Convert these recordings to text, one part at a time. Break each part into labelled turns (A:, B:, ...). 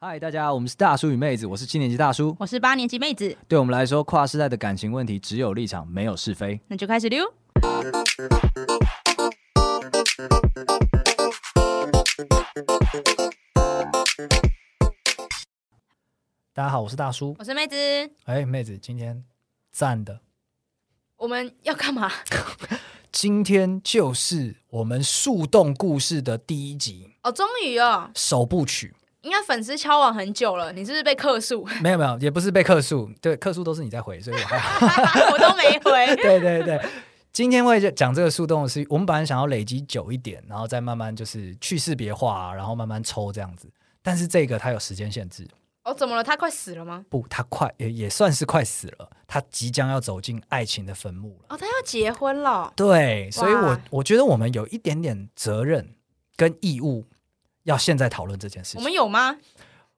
A: 嗨，大家，我们是大叔与妹子，我是七年级大叔。
B: 我是八年级妹子，
A: 对我们来说，跨世代的感情问题只有立场，没有是非。
B: 那就开始溜。
C: 大家好，我是大叔。
B: 我是妹子，
C: 哎、妹子，今天赞的，
B: 我们要干嘛？
C: 今天就是我们树洞故事的第一集
B: 哦，终于哦，
C: 首部曲。
B: 应该粉丝敲网很久了，你是不是被客 诉？
C: 没有没有，也不是被客诉，对，客诉都是你在回，所以我 还好。
B: 我都没回。
C: 对对对，今天会讲这个树洞的是，我们本来想要累积久一点，然后再慢慢就是去识别化、啊然后慢慢抽这样子。但是这个它有时间限制，
B: 哦，怎么了？他快死了吗？
C: 不，它快也也算是快死了，它即将要走进爱情的坟墓了。
B: 哦，他要结婚了。
C: 对，所以我
B: 哇
C: 我觉得我们有一点点责任跟义务，要现在讨论这件事
B: 我
C: 情。
B: 们有吗？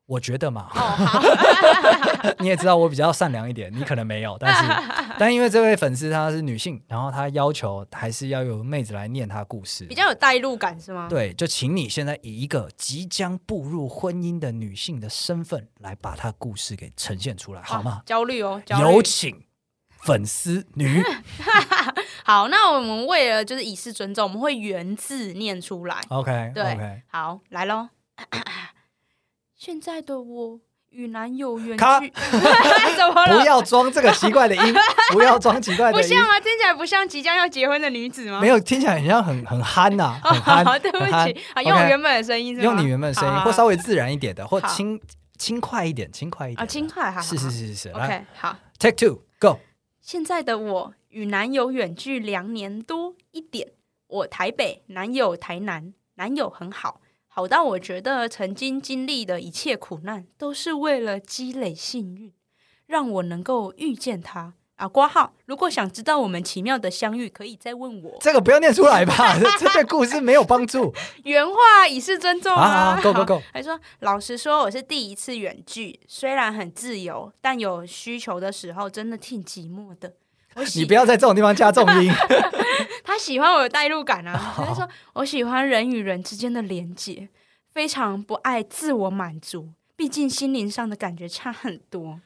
C: 我觉得嘛
B: 哦，，好，哦
C: 你也知道我比较善良一点，你可能没有，但 是但因为这位粉丝她是女性，然后她要求还是要有妹子来念她故事
B: 比。较有代入感是吗？，
C: 对，就请你现在以一个即将步入婚姻的女性的身份来把她故事给呈现出来，好吗？
B: 焦虑哦，焦虑
C: 有。请粉丝女
B: 好，那我们为了就是以示尊重，我们会原字念出来。
C: ，OK
B: 对
C: OK，
B: 好，来 喽。现在的我与男友远
C: 咔
B: 距， 怎么了
C: 不？要装这个奇怪的音， 不要装奇怪
B: 不
C: 的音
B: 像，啊吗？听起来不像即将要结婚的女子吗？
C: 没有听起来很像很很憨呐、很憨，
B: 好，哦对不
C: 很憨
B: 起，啊，用我
C: OK
B: 原本的声音是吗？
C: 用你原本的声音，
B: 好
C: 或稍微自然一点的，或
B: 好
C: 轻轻快一点，轻快一点的
B: 啊，轻快，好，
C: 是是是是是，
B: 好
C: 来
B: ，OK，好。
C: take two go，
B: 现在的我与男友远距两年多一点，我台北，男友台南，男友很好，好到我觉得曾经经历的一切苦难都是为了积累幸运，让我能够遇见他。啊，挂号！如果想知道我们奇妙的相遇，可以再问我。
C: 这个不要念出来 吧，这这对故事没有帮助。
B: 原话以示尊重
C: 好
B: 啊。
C: 好，go，go，go
B: 还说，老实说，我是第一次远距，虽然很自由，但有需求的时候真的挺寂寞的。我喜
C: 你不要在这种地方加重 音，
B: 他喜欢我的代入感啊，他就说我喜欢人与人之间的连接，非常不爱自我满足，毕竟心灵上的感觉差很多。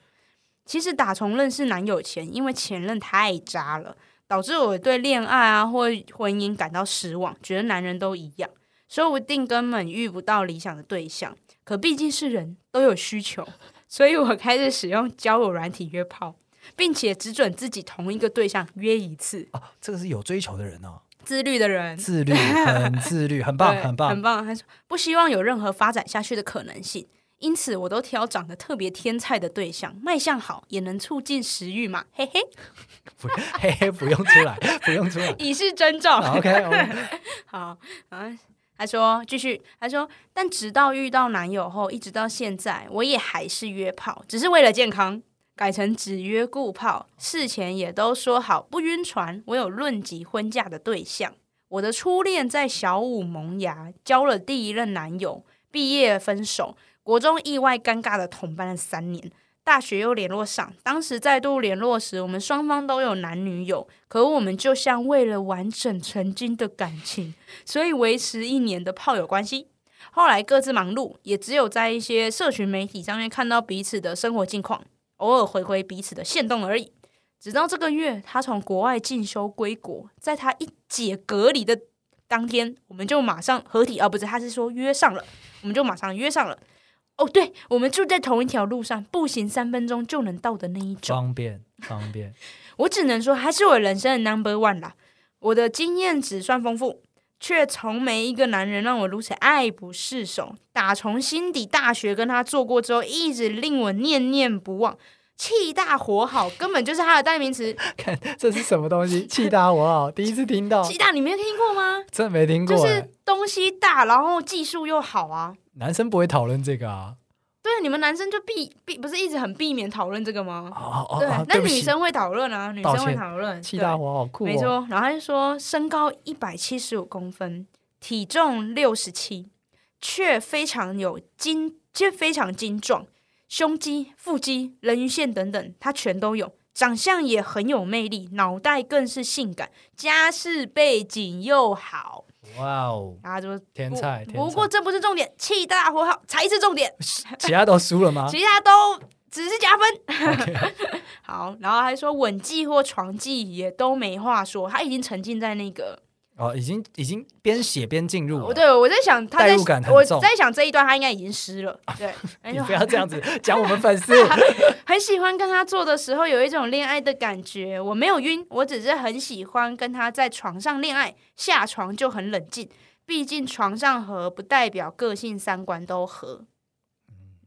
B: 其实打从认识男友前，因为前任太渣了，导致我对恋爱啊或婚姻感到失望，觉得男人都一样，说不定根本遇不到理想的对象。可毕竟是人都有需求，所以我开始使用交友软体约炮，并且只准自己同一个对象约一次。
C: 啊这个是有追求的人哦，
B: 自律的人，
C: 自律，很自律，很棒，
B: 嗯对
C: 很棒
B: 很。棒。他说不希望有任何发展下去的可能性，因此我都挑长得特别天菜的对象，卖相好也能促进食欲嘛，嘿嘿，
C: 不嘿嘿，不用出来，不用出 来。
B: 以示尊重。
C: 好 OK OK，
B: 好，嗯，他说继续，他说，但直到遇到男友后，一直到现在，我也还是约炮，只是为了健康，改成只约顾炮。事前也都说好不晕船，我有论及婚嫁的对象。我的初恋在小五萌芽，交了第一任男友，毕业分手，国中意外尴尬的同班了三年。大学又联络上，当时再度联络时，我们双方都有男女友，可我们就像为了完整曾经的感情，所以维持一年的炮友关系。后来各自忙碌，也只有在一些社群媒体上面看到彼此的生活近况，偶尔回回彼此的线动而已。直到这个月，他从国外进修归国，在他一解隔离的当天，我们就马上合体啊，不是，他是说约上了，我们就马上约上了。哦，对，我们住在同一条路上，步行三分钟就能到的那一种。
C: 方便方便。
B: 我只能说，他是我人生的 number one 啦。我的经验只算丰富，却从没一个男人让我如此爱不释手。打从心底大学跟他做过之后，一直令我念念不忘。气大火好，根本就是他的代名词。
C: 看这是什么东 西？气大我好，第一次听到，
B: 气大，你没有听过吗？
C: 真没哦听
B: 就
C: 过
B: 是
C: 哎。
B: 东西大，然后技术又好啊。
C: 男生不会讨论这个啊。
B: 对，你们男生就避避，不是一直很避免讨论这个吗？
C: 哦哦
B: 对啊
C: 哦，，
B: 那
C: 对不
B: 女
C: 起，
B: 生会讨论啊，女生
C: 道
B: 会
C: 歉
B: 讨论。
C: 气
B: 对
C: 大我好酷哦。
B: 没错，然后他就说身高一百七十五公分，体重六十七，却非常有精，却非常精壮，胸肌、腹肌、人鱼线等等，他全都有。长相也很有魅力，脑袋更是性感，家世背景又好，
C: 哇哦，
B: 然后就
C: 天才，
B: 不
C: 天
B: 不过
C: 才，
B: 这不是重点，气大活好才是重点，
C: 其他都输了吗？
B: 其他都只是加分。 好，然后还说吻技或床技也都没话说，他已经沉浸在那个。
C: 哦，已经已经边写边进入
B: 我
C: 了。
B: 哦对我在想，
C: 哦
B: 他
C: 代
B: 在
C: 入感很
B: 我
C: 重啊
B: 在想这一段他应该已经湿了。 对，哎
C: 你
B: 呦
C: 不要这样 子讲我们粉丝，
B: 很喜欢跟他做的时候有一种恋爱的感觉。我没有晕，我只是很喜欢跟他在床上恋爱，下床就很冷静。毕竟床上合不代表个性三观都合。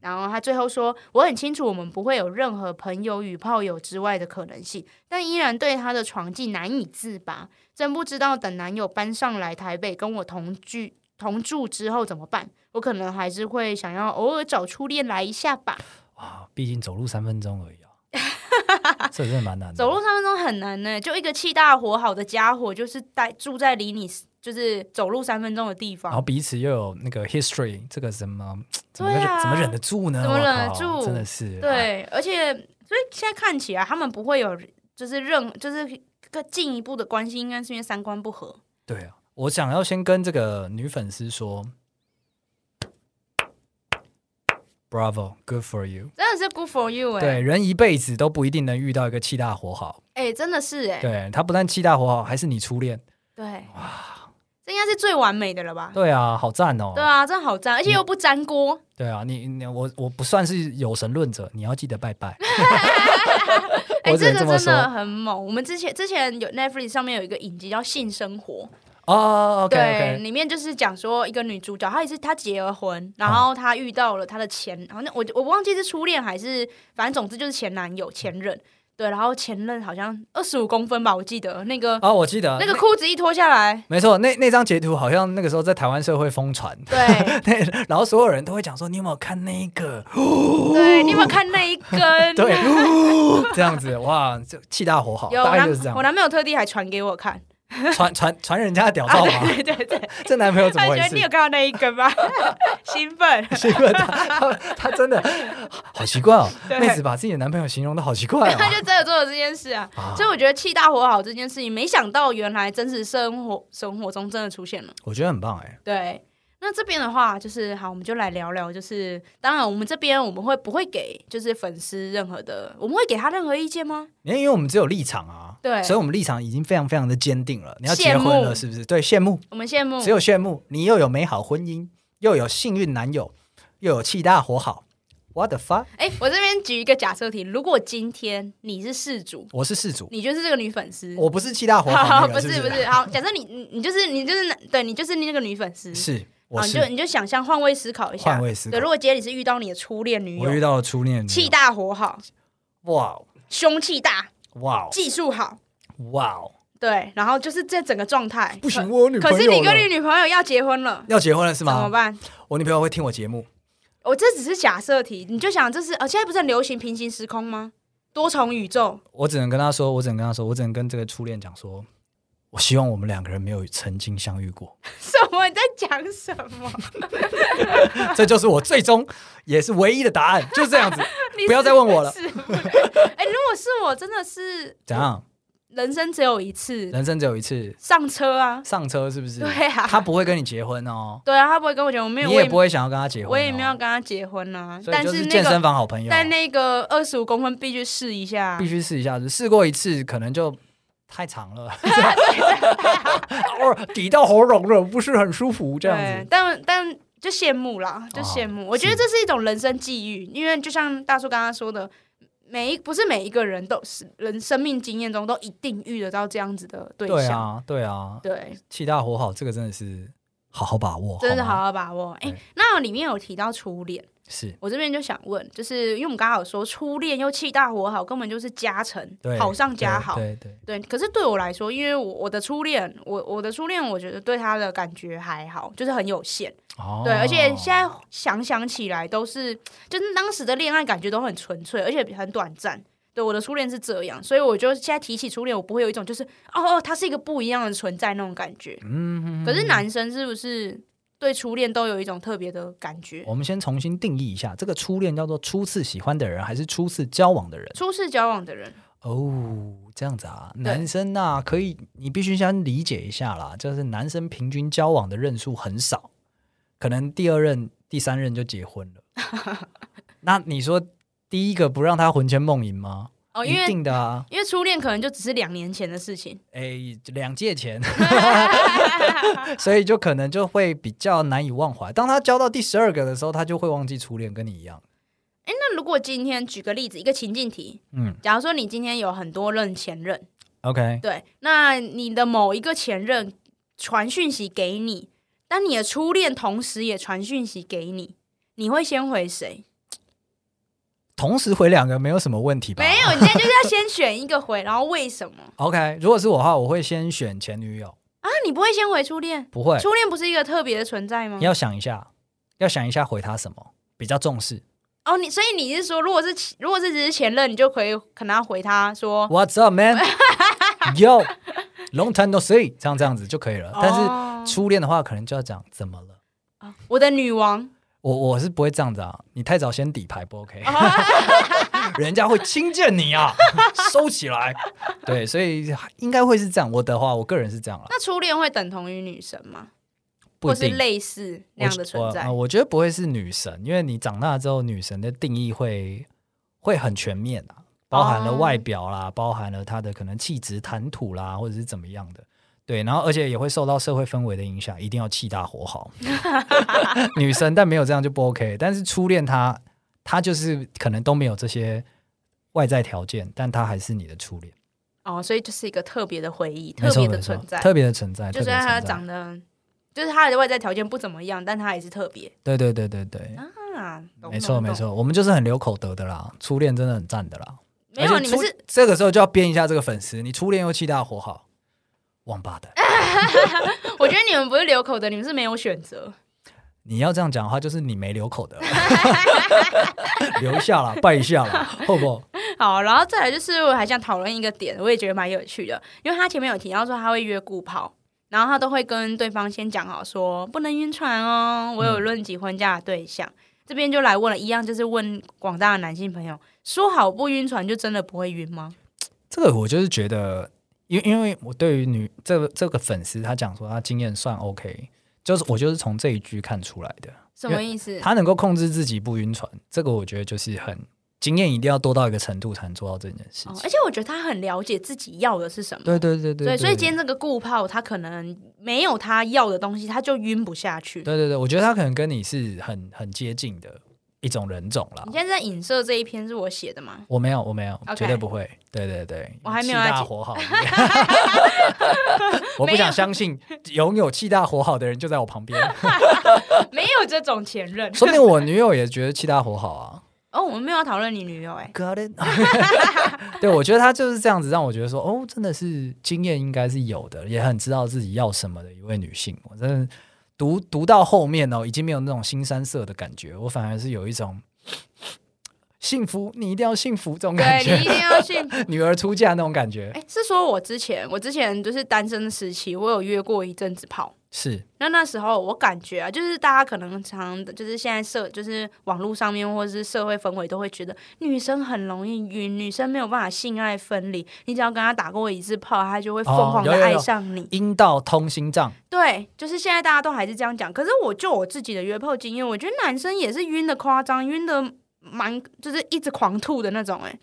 B: 然后他最后说：“我很清楚我们不会有任何朋友与炮友之外的可能性，但依然对他的床技难以自拔。真不知道等男友搬上来台北跟我同居同住之后怎么办？我可能还是会想要偶尔找初恋来一下吧。”
C: 哇，毕竟走路三分钟而已啊， 这真的蛮难的。
B: 走路三分钟很难呢、就一个气大活好的家伙，就是待住在离你就是走路三分钟的地
C: 然后
B: 方，
C: 彼此又有那个 history，这个怎么怎么
B: 对
C: 忍、
B: 啊
C: 怎么忍得住呢？
B: 怎么
C: 我
B: 忍得
C: 靠
B: 住
C: 真的是哎
B: 对，而且所以现在看起来他们不会有就是任就是更进一步的关系，应该是因为三观不合。
C: 对啊！我想要先跟这个女粉丝说，Bravo，good for you。
B: 真的是 good for you 哎、
C: 对，人一辈子都不一定能遇到一个气大活好。
B: 哎、真的是哎、
C: 对他不但气大活好，还是你初恋。
B: 对，这应该是最完美的了吧？
C: 对啊，好赞哦！
B: 对啊，真的好赞，而且又不粘锅，
C: 对啊，你你我我不算是有神论者，你要记得拜拜。
B: 哎、
C: 我只
B: 这
C: 能这
B: 个
C: 么
B: 真
C: 说
B: 的很猛。我们之前之前有 Netflix 上面有一个影集叫《性生活》，
C: 哦，OK
B: 对，
C: OK，
B: 里面就是讲说一个女主角，她也是她结了婚，然后她遇到了她的前，好像我我忘记是初恋还是，反正总之就是前男友前任，对，然后前任好像二十五公分吧，我记得那个、
C: 哦，我记得
B: 那个裤子一脱下来，
C: 没错，那那张截图好像那个时候在台湾社会疯传，
B: 对
C: 那然后所有人都会讲说，你有没有看那个？
B: 对，你有没有看那一 根？
C: 对，哦这样子哇，就气大火好，
B: 有我
C: 大概就是这
B: 男
C: 样
B: 我，男朋友特地还传给我看，
C: 传传传人哦家的屌照嘛，
B: 啊对对对，
C: 这男朋友怎
B: 他
C: 么
B: 觉
C: 回
B: 得
C: 事
B: 你？有看到那一根吗？ 兴奋，
C: 是因为他他他真的好奇怪哦，
B: 对
C: 妹子把自己的男朋友形容的好奇怪
B: 他
C: 哦。
B: 就真的做了这件事啊。
C: 啊
B: 所以我觉得气大活好这件事情，没想到原来真实生活生活中真的出现了。
C: 我觉得很棒哎，
B: 对，那这边的话就是好，我们就来聊聊，就是当然我们这边我们会不会给就是粉丝任何的，我们会给他任何意见吗？
C: 因为我们只有立场啊，
B: 对
C: 所以我们立场已经非常非常的坚定了。你要结
B: 羡慕嗯
C: 婚了是不是？对，羡慕，
B: 我们羡慕
C: 只有羡慕，你又有美好婚姻，又有幸运男友，又有气大活好。What the fuck？
B: 哎、我这边举一个假设题，如果今天你是事主，
C: 我是事主，
B: 你就是这个女粉丝。
C: 我不是气大 活
B: 好
C: 好
B: 好，
C: 那
B: 嗯不
C: 个，是
B: 是不
C: 不
B: 是，好，假设你你你就是你就是那对你就是那个女粉丝，
C: 是，我
B: 啊好，你就是你就想象换位思考一下，
C: 换位思考
B: 对，如果今天你是遇到你的初恋女
C: 我遇
B: 友，
C: 到了初恋女友
B: 气大火好，
C: 哇哦
B: 凶气大，
C: 哇哦
B: 技术好，
C: 哇哦！
B: 对，然后就是这整个状态
C: 不行，我有女朋友
B: 可
C: 了
B: 是你跟你女朋友要结婚了，
C: 要结婚了是
B: 怎么
C: 吗？
B: 办？
C: 我女朋友会听我节目，
B: 我这只是假设题，你就想这是呃，现在不是很流行平行时空吗？多重宇宙，
C: 我只能跟她说，我只能跟她说，我只能跟这个初恋讲说，我希望我们两个人没有曾经相遇过，
B: 什么？你在讲什么？
C: 这就是我最终也是唯一的答案，就是这样子。
B: 你
C: 不要再问我了
B: 是不是哎、如果是我，真的是
C: 怎样？
B: 人生只有一次，
C: 人生只有一次，
B: 上车啊！
C: 上车是不是？
B: 对啊
C: 他不会跟你结婚哦，
B: 对啊，他不会跟我结婚，我没有，
C: 你
B: 我
C: 也不会想要跟他结婚、哦，
B: 我也没有跟他结婚啊。
C: 所以
B: 但
C: 就是
B: 那
C: 健身
B: 个，
C: 房好朋友，
B: 但那个二十五公分必须试一下啊
C: 必。须试一下子，试过一次可能就太长 了， 偶尔抵到喉咙了，不是很舒服这样
B: 对
C: 子，。
B: 但但就羡慕啦，就
C: 哦
B: 羡慕。我觉得
C: 是
B: 这是一种人生际遇，因为就像大叔刚刚说的，每一不是每一个人都是人生命经验中都一定遇得到这样子的对
C: 对
B: 象。
C: 啊，对啊，
B: 对，
C: 气大活好，这个真的是好好把握，
B: 真的
C: 吗
B: 好好把握。哎、
C: 对
B: 那里面有提到初恋，
C: 是
B: 我这边就想问，就是因为我们刚好有说初恋又气大火好，根本就是加成
C: 对，，
B: 好上加
C: 对
B: 好。
C: 对对，
B: 对，可是对我来说，因为我我的初恋，我我的初恋，我觉得对他的感觉还好，就是很有限。
C: 哦，
B: 对，而且现在想想起来，都是就是当时的恋爱感觉都很纯粹，而且很短暂。对，我的初恋是这样，所以我就现在提起初恋，我不会有一种就是哦哦，它是一个不一样的存在那种感觉。
C: 嗯，
B: 可是男生是不是对初恋都有一种特别的感觉？
C: 我们先重新定义一下，这个初恋叫做初次喜欢的人，还是初次交往的人？
B: 初次交往的人，
C: 哦，这样子啊，男生啊，可以，你必须先理解一下啦，就是男生平均交往的任数很少，可能第二任、第三任就结婚了。 那你说第一个不让他魂牵梦萦吗？
B: 哦，因
C: 一
B: 为
C: 定的啊，
B: 因为初恋可能就只是两年前的事情，
C: 哎、两届 前，所以就可能就会比较难以忘怀。当他交到第十二个的时候，他就会忘记初恋，跟你一样。
B: 哎，那如果今天举个例子，一个情境题，
C: 嗯
B: 假如说你今天有很多任前任，
C: ，OK，
B: 对，那你的某一个前任传讯息给你，但你的初恋同时也传讯息给你，你会先回谁？
C: 同时回两个没有什么问题吧？
B: 没有，你今天就是要先选一个回，然后为什么
C: OK，如果是我的话，我会先选前女友，
B: 啊？你不会先回初恋？
C: 不会。
B: 初恋不是一个特别的存在吗
C: 你？要想一下，要想一下回他什么比较重视。
B: 哦，你所以你是说，如果是其如果是只是前任，你就可以可能要回他说
C: What's up, man? Yo, long time no see，这样这样子就可以了。但是初恋的话，可能就要讲怎么了。
B: 啊我的女王，
C: 我我是不会这样子啊，你太早先底牌不 OK，人 家会轻贱你啊，收起来。对，所以应该会是这样。我的话，我个人是这样了，
B: 那初恋会等同于女神吗？
C: 不
B: 或
C: 一
B: 是
C: 定。
B: 类似那
C: 我
B: 样的存在
C: 我、呃我觉得不会是女神，因为你长大之后，女神的定义会会很全面啊，包含了
B: 哦
C: 外表啦，包含了她的可能气质、谈吐啦，或者是怎么样的。对，然后而且也会受到社会氛围的影响，一定要气大活 好。女神，但没有这样就不 OK。但是初恋她，她就是可能都没有这些外在条件，但她还是你的初恋，
B: 哦，所以就是一个特别的回忆，
C: 啊没
B: 特
C: 错
B: 别
C: 没
B: 的
C: 错
B: 存在，
C: 特别的存在，
B: 就
C: 特
B: 虽
C: 别的
B: 然他
C: 存在
B: 长得，就是他的外在条件不怎么样，但他也是特别
C: 对对对对对，
B: 啊。懂
C: 没错
B: 懂
C: 没
B: 懂
C: 错，我们就是很留口德的啦，初恋真的很赞的啦。
B: 没有
C: 而且
B: 你们
C: 初
B: 是
C: 这个时候就要编一下这个粉丝，你初恋又气大火好，王八 蛋！
B: 我觉得你们不是留口的，你们是没有选择。
C: 你要这样讲的话，就是你没留口德， 留一下啦，拜一下啦，好不好？
B: 好，然后再来就是我还想讨论一个点，我也觉得蛮有趣的，因为他前面有提到说他会约顾炮。然后他都会跟对方先讲好说，不能晕船哦，我有
C: 嗯
B: 论及婚嫁的对象。这边就来问了一样，就是问广大的男性朋友，说好不晕船就真的不会晕吗？
C: 这个我就是觉得，因因为我对于女这个这个粉丝，她讲说她经验算 OK，就是我就是从这一句看出来的，
B: 什么意思？
C: 她能够控制自己不晕船，这个我觉得就是很经验一定要多到一个程度才能做到这件事
B: 哦，
C: 情。
B: 而且我觉得他很了解自己要的是什么。
C: 对对对对
B: 对，所以
C: 对
B: 今天这个顾炮他可能没有他要的东西，他就晕不下去。
C: 对对对，我觉得他可能跟你是很很接近的一种人种啦
B: 你。现在在影射这一篇是我写的吗？
C: 我没有，我没有
B: OK
C: 绝对不会。对对对，
B: 我还没有
C: 气
B: 要
C: 大
B: 解
C: 火好。 我不想相信拥有气大火好的人就在我旁边，
B: 没有这种前任。
C: 说不定我女友也觉得气大火好啊。
B: 哦，我们没有要讨论你女友哎、
C: Got it 。 对，我觉得他就是这样子，让我觉得说，哦，真的是经验应该是有的，也很知道自己要什么的一位女性。我真的读读到后面哦，已经没有那种新三色的感觉，我反而是有一种幸福，你一定要幸福这种感
B: 对你一
C: 觉，
B: 定要信。
C: 女儿出嫁那种感觉。
B: 哎、是说我之前，我之前就是单身的时期，我有约过一阵子炮。
C: 是，
B: 那那时候我感觉啊，就是大家可能常就是现在社就是网络上面或者是社会氛围都会觉得女生很容易晕，女生没有办法性爱分离，你只要跟她打过一次炮，她就会疯
C: 哦
B: 狂的
C: 有有
B: 爱
C: 有
B: 上你。
C: 阴道通心脏，
B: 对，就是现在大家都还是这样讲。可是我就我自己的约炮经验，我觉得男生也是晕的夸张，晕的蛮就是一直狂吐的那种、欸，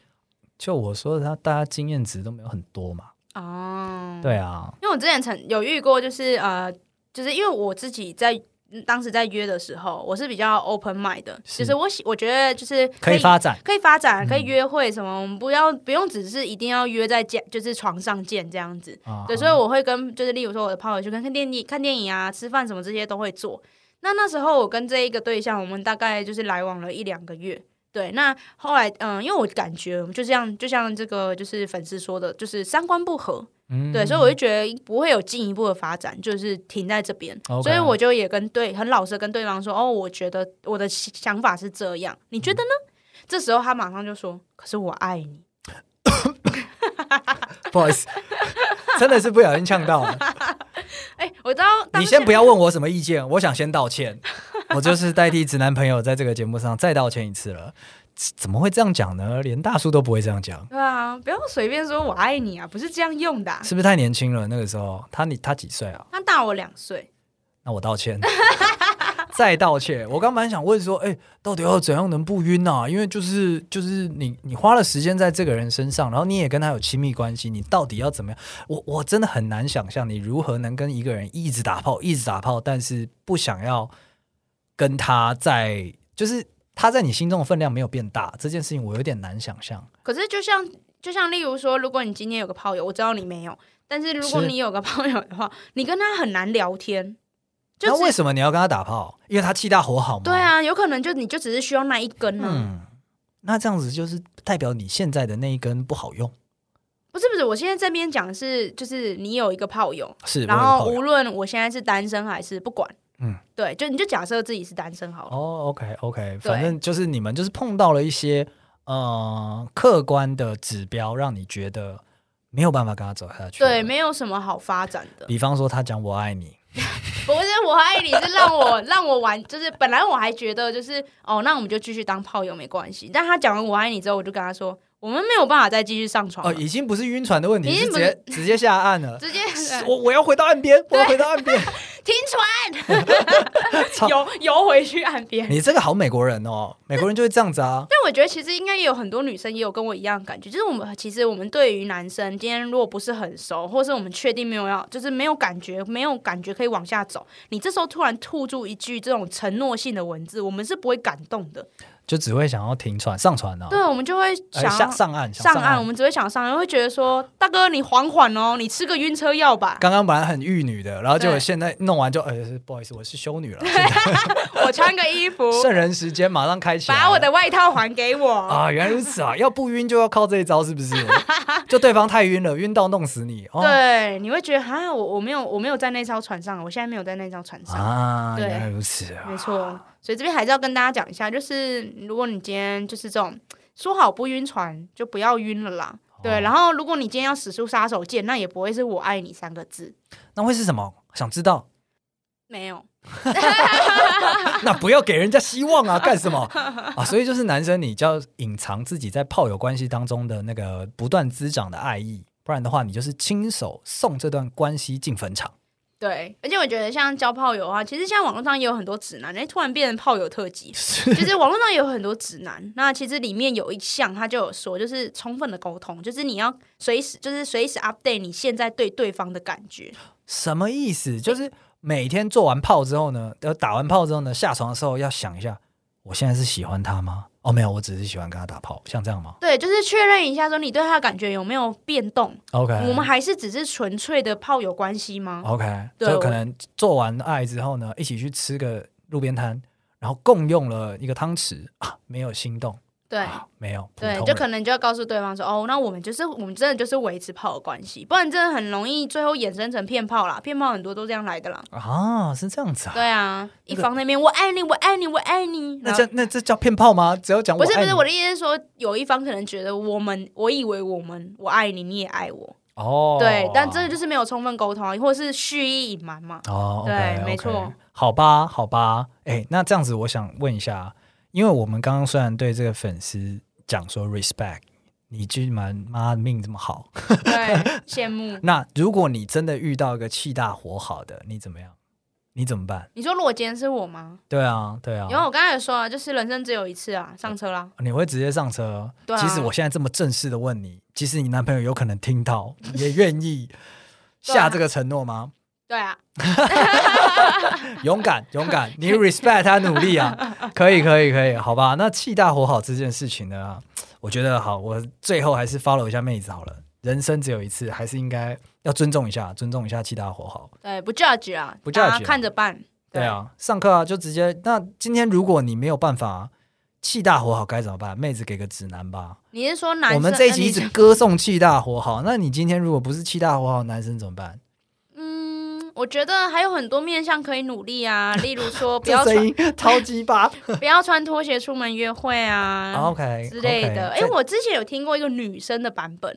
C: 就我说的，他大家经验值都没有很多嘛。
B: 哎，哦，
C: 对啊，
B: 因为我之前曾有遇过，就是呃，就是因为我自己在。嗯当时在约的时候，我是比较 open mind 的，
C: 是
B: 就是我喜我觉得就是
C: 可以发嗯展。
B: 可以发展，可以约会什么，我们不要不用只是一定要约在家，就是床上见这样子。
C: 啊
B: 对，所以我会跟就是例如说我的朋友去跟看电影、看电影啊、吃饭什么这些都会做。那那时候我跟这一个对象，我们大概就是来往了一两个月。对，那后来嗯，因为我感觉就像就像这个就是粉丝说的，就是三观不合，
C: 嗯
B: 对，所以我就觉得不会有进一步的发展，就是停在这边。
C: OK
B: 所以我就也跟对很老实地跟对方说，哦，我觉得我的想法是这样，你觉得呢？
C: 嗯
B: 这时候他马上就说，可是我爱你。
C: 不好意思， 真的是不小心呛到了。
B: 哎，我知道当
C: 你先不要问我什么意见，我想先道歉。我就是代替直男朋友在这个节目上再道歉一次了。怎么会这样讲呢？连大叔都不会这样讲，
B: 对啊，不要随便说我爱你啊，不是这样用的啊、
C: 是不是太年轻了？那个时候他你他几岁啊？
B: 他大我两岁，
C: 那我道歉， 再道歉。我刚蛮想问说，哎、到底要怎样能不晕啊？因为就是就是你你花了时间在这个人身上，然后你也跟他有亲密关系，你到底要怎么样？我我真的很难想象你如何能跟一个人一直打炮，一直打炮，但是不想要跟他在，就是他在你心中的分量没有变大这件事情，我有点难想象。
B: 可是就像就像例如说，如果你今天有个炮友，我知道你没有，但是如果
C: 是
B: 你有个炮友的话，你跟他很难聊天，就
C: 那为
B: 是
C: 什么你要跟他打炮？因为他气大火好吗？
B: 对，啊，有可能就你就只是需要那一根啊呢、
C: 嗯，那这样子就是代表你现在的那一根不好用，
B: 不是不是，我现在这边讲的是就是你有一个炮友，
C: 是
B: 然
C: 我有
B: 后
C: 炮友
B: 无论我现在是单身还是不管，
C: 嗯，
B: 对，就你就假设自己是单身好了，
C: 哦，OK OK，
B: 对
C: 反正就是你们就是碰到了一些呃客观的指标，让你觉得没有办法跟他走下去。
B: 对，，没有什么好发展的。
C: 比方说他讲我爱你，
B: 不是我爱你，是让 我让我玩，就是本来我还觉得就是哦，那我们就继续当炮友没关系。但他讲完我爱你之后，我就跟他说，我们没有办法再继续上床
C: 哦，
B: 了，
C: 已经不是晕船的问题，
B: 已
C: 是直
B: 经不是
C: 接直接下岸 了。
B: 直接呃
C: 是我我要回到岸边，我要回到岸 边。
B: 停
C: 操
B: 船，游游回去岸边。
C: 你这个好美国人哦，美国人就会这样子啊。
B: 但我觉得其实应该也有很多女生也有跟我一样的感觉，就是我们其实我们对于男生今天如果不是很熟，或是我们确定没有要，就是没有感觉，没有感觉可以往下走，你这时候突然吐出一句这种承诺性的文字，我们是不会感动的。
C: 就只会想要停船上船呢、啊，
B: 对，我们就会
C: 哦哎
B: 想要
C: 下上岸想
B: 上岸，我们只会想上岸，会觉得说大哥你缓缓哦，你吃个晕车 药吧，
C: 刚刚本来很玉女的，然后结果
B: 对
C: 现在弄完就，哎，不好意思，我是修女 了，
B: 我穿个衣服，
C: 圣人时间马上开启，
B: 把我的外套还给我。
C: 啊，原来如此啊，要不晕就要靠这一招，是 不是？就对方太晕了，晕到弄死你，哦、
B: 对，你会觉得啊，我我没有我没有在那艘船上，我现在没有在那艘船上。
C: 啊，
B: 对
C: 原来如此啊，
B: 没错，所以这边还是要跟大家讲一下，就是如果你今天就是这种说好不晕船，就不要晕了啦。对，
C: 哦
B: 然后如果你今天要使出杀手锏，那也不会是“我爱你”三个字，
C: 那会是什么？想知道？
B: 没有。
C: 那不要给人家希望 啊，干什么啊？所以就是男生，你就要隐藏自己在炮友关系当中的那个不断滋长的爱意，不然的话，你就是亲手送这段关系进坟场。
B: 对，而且我觉得像交炮友啊，其实现在网络上也有很多指南，哎，突然变成炮友特辑。 其实网络上也有很多指南，那其实里面有一项他就有说，就是充分的沟通，就是你要随时就是随时 update 你现在对对方的感觉。
C: 什么意思？就是每天做完炮之后呢，呃，打完炮之后呢，下床的时候要想一下，我现在是喜欢他吗？哦，没有，我只是喜欢跟他打炮，像这样吗
B: 对，就是确认一下说你对他的感觉有没有变动，
C: ？OK，
B: 我们还是只是纯粹的炮友关系吗？
C: OK，
B: 对
C: 就
B: 我
C: 可能做完爱之后呢，一起去吃个路边摊，然后共用了一个汤匙啊，没有心动，
B: 对。
C: 啊、没有，普
B: 对，
C: 通
B: 就
C: 人
B: 可能就要告诉对方说，哦，那我们就是我们真的就是维持炮友关系，不然真的很容易最后衍生成骗炮啦，骗炮很多都这样来的啦。
C: 啊，是这样子啊。
B: 对啊，
C: 那
B: 一
C: 个
B: 方那边我爱你，我爱你，我爱你，
C: 那
B: 然
C: 这
B: 后
C: 那这叫骗炮吗？只要讲
B: 不是
C: 爱
B: 不
C: 你
B: 是我的意思是说，有一方可能觉得我们，我以为我们我爱你，你也爱我，
C: 哦，
B: 对，但真的就是没有充分沟通啊，或者是蓄意隐瞒 嘛。
C: 哦，
B: 对
C: OK，
B: 没
C: OK
B: 错。
C: 好吧，好吧，哎，那这样子，我想问一下，因为我们刚刚虽然对这个粉丝讲说 respect，你居然妈命这么好，
B: 对，羡慕。
C: 那如果你真的遇到一个气大火好的，你怎么样？你怎么办？
B: 你说如果今天是我吗？
C: 对啊，对啊，
B: 因为我刚才有说啊，就是人生只有一次啊，上车啦。
C: 你会直接上车。
B: 对啊
C: 即使我现在这么正式的问你，即使你男朋友有可能听 到，也愿意
B: 对啊
C: 下这个承诺 吗？
B: 对啊，
C: 勇敢，勇敢，你 respect 他努力 啊，可以，可以，可以，好吧？那气大火好这件事情呢，我觉得好，我最后还是 follow 一下妹子好了。人生只有一次，还是应该要尊重一下，尊重一下气大火好。
B: 对，不 judge 啊，
C: 不
B: 大家
C: judge 啊
B: 看着办。
C: 对，啊，上课啊，就直接。那今天如果你没有办法气大火好，该怎么办？妹子给个指南吧。
B: 你是说男生？
C: 我们这一集一
B: 呃
C: 直
B: 你
C: 歌颂气大火好，那你今天如果不是气大火好，男生怎么办？
B: 嗯，我觉得还有很多面向可以努力啊，例如说 不
C: 这
B: 要
C: 声
B: 穿
C: 音超级巴。
B: 不要穿拖鞋 出门约会啊
C: OK，
B: 之类的。哎、
C: 哎，
B: 我之前有听过一个女生的版本，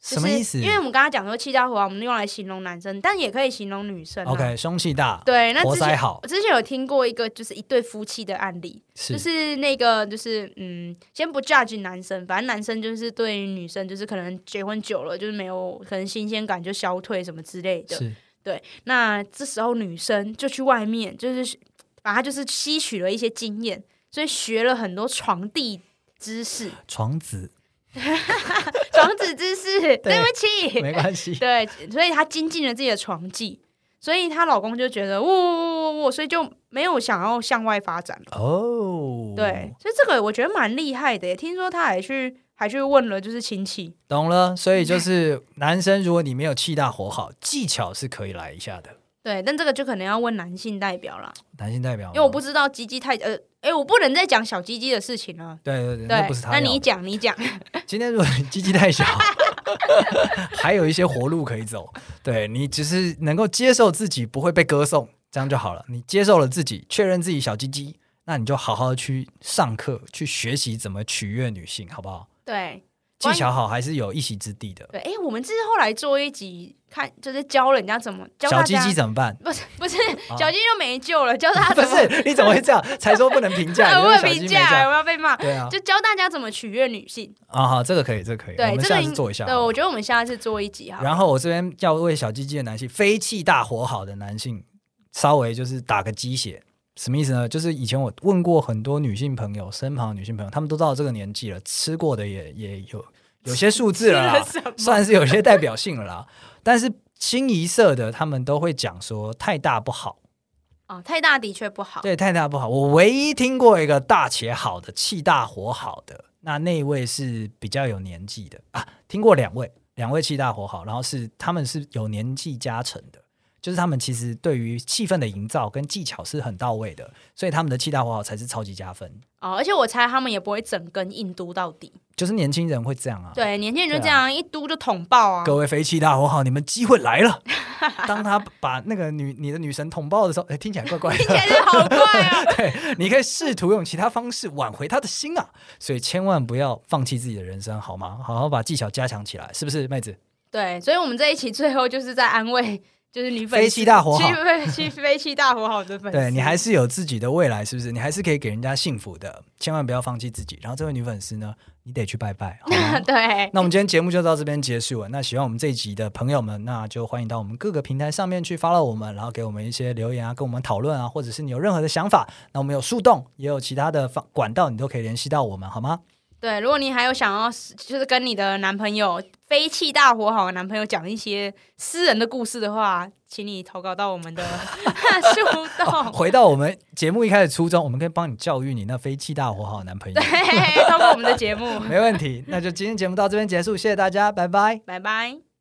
B: 就
C: 什么
B: 是
C: 意思
B: 因为我们刚刚讲说气大活啊，我们用来形容男生，但也可以形容女生、啊。
C: ？OK，凶器大，
B: 对，那
C: 活
B: 之
C: 塞
B: 前
C: 好
B: 我之前有听过一个就是一对夫妻的案例，
C: 是
B: 就是那个就是嗯，先不 judge 男生，反正男生就是对于女生就是可能结婚久了就是没有可能新鲜感就消退什么之类的。
C: 是
B: 那这时候女生就去外面，就是把她就是吸取了一些经验，所以学了很多床地知识、
C: 床子，
B: 床子知识。 对不起，
C: 没关系。
B: 对，所以她精进了自己的床技，所以她老公就觉得哇哇哇哇，所以就没有想要向外发展了。
C: 哦，
B: 对，，所以这个我觉得蛮厉害的耶。听说她还去还去问了就是亲戚，
C: 懂了。所以 就是男生，如果你没有气大活好，技巧是可以来一下的。
B: 对，但这个就可能要问男性代表啦，
C: 男性代表吗，
B: 因为我不知道鸡鸡太呃，哎，我不能再讲小鸡鸡的事情了。
C: 对对对，
B: 对
C: 那不是，他
B: 那
C: 要的。
B: 你讲，你讲，
C: 今天如果你鸡鸡太小，还有一些活路可以走。对你只是能够接受自己不会被歌颂，这样就好了。你接受了自己，确认自己小鸡鸡，那你就好好去上课，去学习怎么取悦女性，好不好？
B: 对
C: 技巧好还是有一席之地的。
B: 对，哎，我们这是后来做一集，看就是教人家怎么教
C: 小
B: 大
C: 鸡
B: 家
C: 鸡，怎么办？
B: 不是不是
C: 啊
B: 小鸡就没救了，教大
C: 不
B: 家怎么，
C: 是，你怎么会这样？才说不能 评价，你
B: 呃我
C: 说
B: 有
C: 小鸡
B: 评
C: 没
B: 价，
C: 价
B: 我要被骂，
C: 对啊，
B: 就教大家怎么取悦女性。
C: 啊好，这个可以，这个可以，我
B: 对，
C: 们
B: 这
C: 下
B: 个
C: 次
B: 应
C: 做一下。
B: 对，我觉得我们下次做一集哈。
C: 然后我这边要为小鸡鸡的男性，非气大火好的男性，稍微就是打个鸡血。什么意思呢？就是以前我问过很多女性朋友，身旁的女性朋友，她们都到这个年纪了，吃过的也也有有些数字 了啦
B: 吃啊了什么
C: 算是有些代表性了啦。但是清一色的，他们都会讲说太大不好，
B: 哦，太大的确不好。
C: 对，太大不好。我唯一听过一个大且好的，气大火好的，那那一位是比较有年纪的啊，听过两位，两位气大火好，然后是他们是有年纪加成的，就是他们其实对于气氛的营造跟技巧是很到位的，所以他们的气大火好才是超级加分。
B: 哦，而且我猜他们也不会整根硬嘟到底。
C: 就是年轻人会这样啊，
B: 对，年轻人就
C: 对
B: 这
C: 啊
B: 样、一嘟就捅爆啊。
C: 各位非气大火好，你们机会来了。当他把那个女你的女神捅爆的时候，哎，听起来怪怪的
B: 听。起来就好怪啊！
C: 对，你可以试图用其他方式挽回他的心啊，所以千万不要放弃自己的人生，好吗？好好把技巧加强起来，是不是，妹子？
B: 对，所以我们这一期最后就是在安慰，就是女粉
C: 飞
B: 丝
C: 机大火好
B: 去，飞去飞气大火好的粉丝。
C: 对你还是有自己的未来，是不是？你还是可以给人家幸福的，千万不要放弃自己。然后这位女粉丝呢，你得去拜拜，好 吗？
B: 对，
C: 那我们今天节目就到这边结束了。那喜欢我们这一集的朋友们，那就欢迎到我们各个平台上面去 follow 我们，然后给我们一些留言啊，跟我们讨论啊，或者是你有任何的想法，那我们有树洞，也有其他的方管道，你都可以联系到我们，好吗？
B: 对，如果你还有想要就是跟你的男朋友飞气大火好的男朋友讲一些私人的故事的话，请你投稿到我们的 树洞。
C: 回到我们节目一开始初衷，我们可以帮你教育你那非气大火好男朋友，
B: 对，通过我们的节目，
C: 没问题。那就今天节目到这边结束，谢谢大家，拜拜。
B: 拜拜。